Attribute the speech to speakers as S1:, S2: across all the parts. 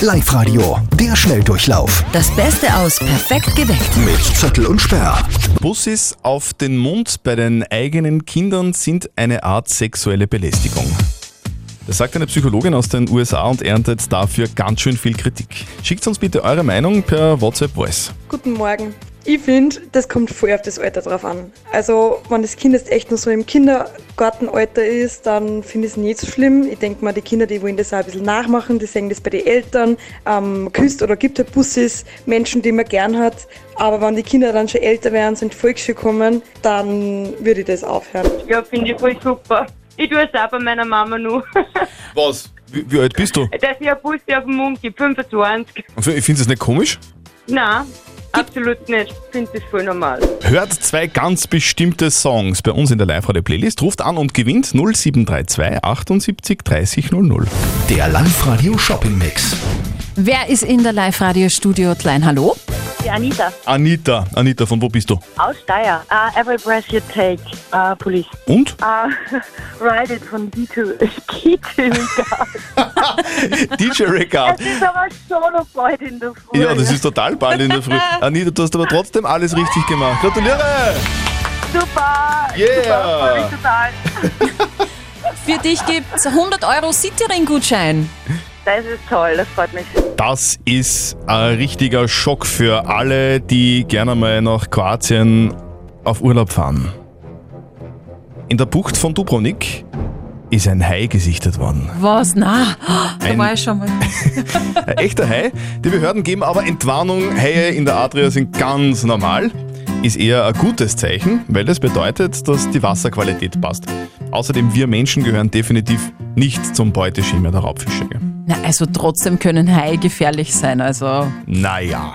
S1: Live-Radio, der Schnelldurchlauf
S2: Das Beste aus Perfekt geweckt.
S1: mit Zettel und Sperr.
S3: Bussis auf den Mund bei den eigenen Kindern sind eine Art sexuelle Belästigung. Das sagt eine Psychologin aus den USA und erntet dafür ganz schön viel Kritik. Schickt uns bitte eure Meinung per WhatsApp Voice.
S4: Guten Morgen. Ich finde, das kommt voll auf das Alter drauf an. Also, wenn das Kind jetzt echt nur so im Kindergartenalter ist, dann finde ich es nicht so schlimm. Ich denke mal, die Kinder, die wollen das auch ein bisschen nachmachen, die sehen das bei den Eltern, ähm, küsst oder gibt halt Bussis, Menschen, die man gern hat. Aber wenn die Kinder dann schon älter werden, sind Volksschule kommen, dann würde ich das aufhören.
S5: Ja, finde ich voll super. Ich tue es auch bei meiner Mama nur.
S3: Was? Wie, wie alt bist du?
S5: Dass ich eine Busse auf den Mund gebe, 25.
S3: Und f- Findest du das nicht komisch?
S5: Nein, absolut nicht. Ich finde das voll normal.
S3: Hört zwei ganz bestimmte Songs bei uns in der Live-Radio-Playlist, ruft an und gewinnt 0732 78 30 00.
S1: Der Live-Radio Shopping Mix.
S2: Wer ist in der Live-Radio-Studio Klein Hallo?
S6: Die Anita
S3: Anita, Anita, von wo bist du?
S6: aus Steyr. Ah, every breath you take. Ah, Police.
S3: Und?
S6: Ah, ride it von D2. Kitty.
S3: DJ Regard.
S6: Es ist aber schon noch bald in der Früh.
S3: Ja, das ist total bald in der Früh. Anita, du hast aber trotzdem alles richtig gemacht. Gratuliere!
S6: super.
S3: Yeah.
S6: Super, freu mich total.
S2: Für dich gibt's 100 Euro Cityring-Gutschein.
S6: Das ist toll, das freut mich.
S3: Das ist ein richtiger Schock für alle, die gerne mal nach Kroatien auf Urlaub fahren. In der Bucht von Dubrovnik ist ein Hai gesichtet worden.
S2: Was? Na, da
S3: Ein-
S2: war ich schon mal.
S3: Ein Äh, echter Hai. Die Behörden geben aber Entwarnung, Haie in der Adria sind ganz normal. Ist eher ein gutes Zeichen, weil das bedeutet, dass die Wasserqualität passt. Außerdem, wir Menschen gehören definitiv nicht zum Beuteschema der Raubfische. gell?
S2: Na, also trotzdem können Haie gefährlich sein, also.
S3: Naja, naja.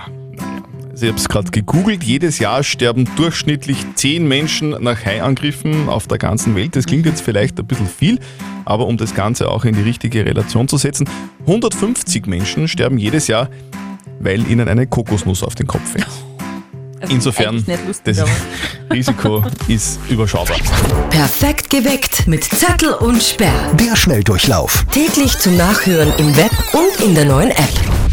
S3: Also ich habe es gerade gegoogelt. Jedes Jahr sterben durchschnittlich 10 Menschen nach Haiangriffen auf der ganzen Welt. Das klingt jetzt vielleicht ein bisschen viel, aber um das Ganze auch in die richtige Relation zu setzen, 150 Menschen sterben jedes Jahr, weil ihnen eine Kokosnuss auf den Kopf fällt.
S2: also
S3: Insofern,
S2: eigentlich Nicht lustig,
S3: das
S2: aber.
S3: Risiko ist überschaubar.
S7: Perfekt geweckt mit Zettel und Sperr.
S1: Der Schnelldurchlauf.
S7: Täglich zum Nachhören im Web und in der neuen App.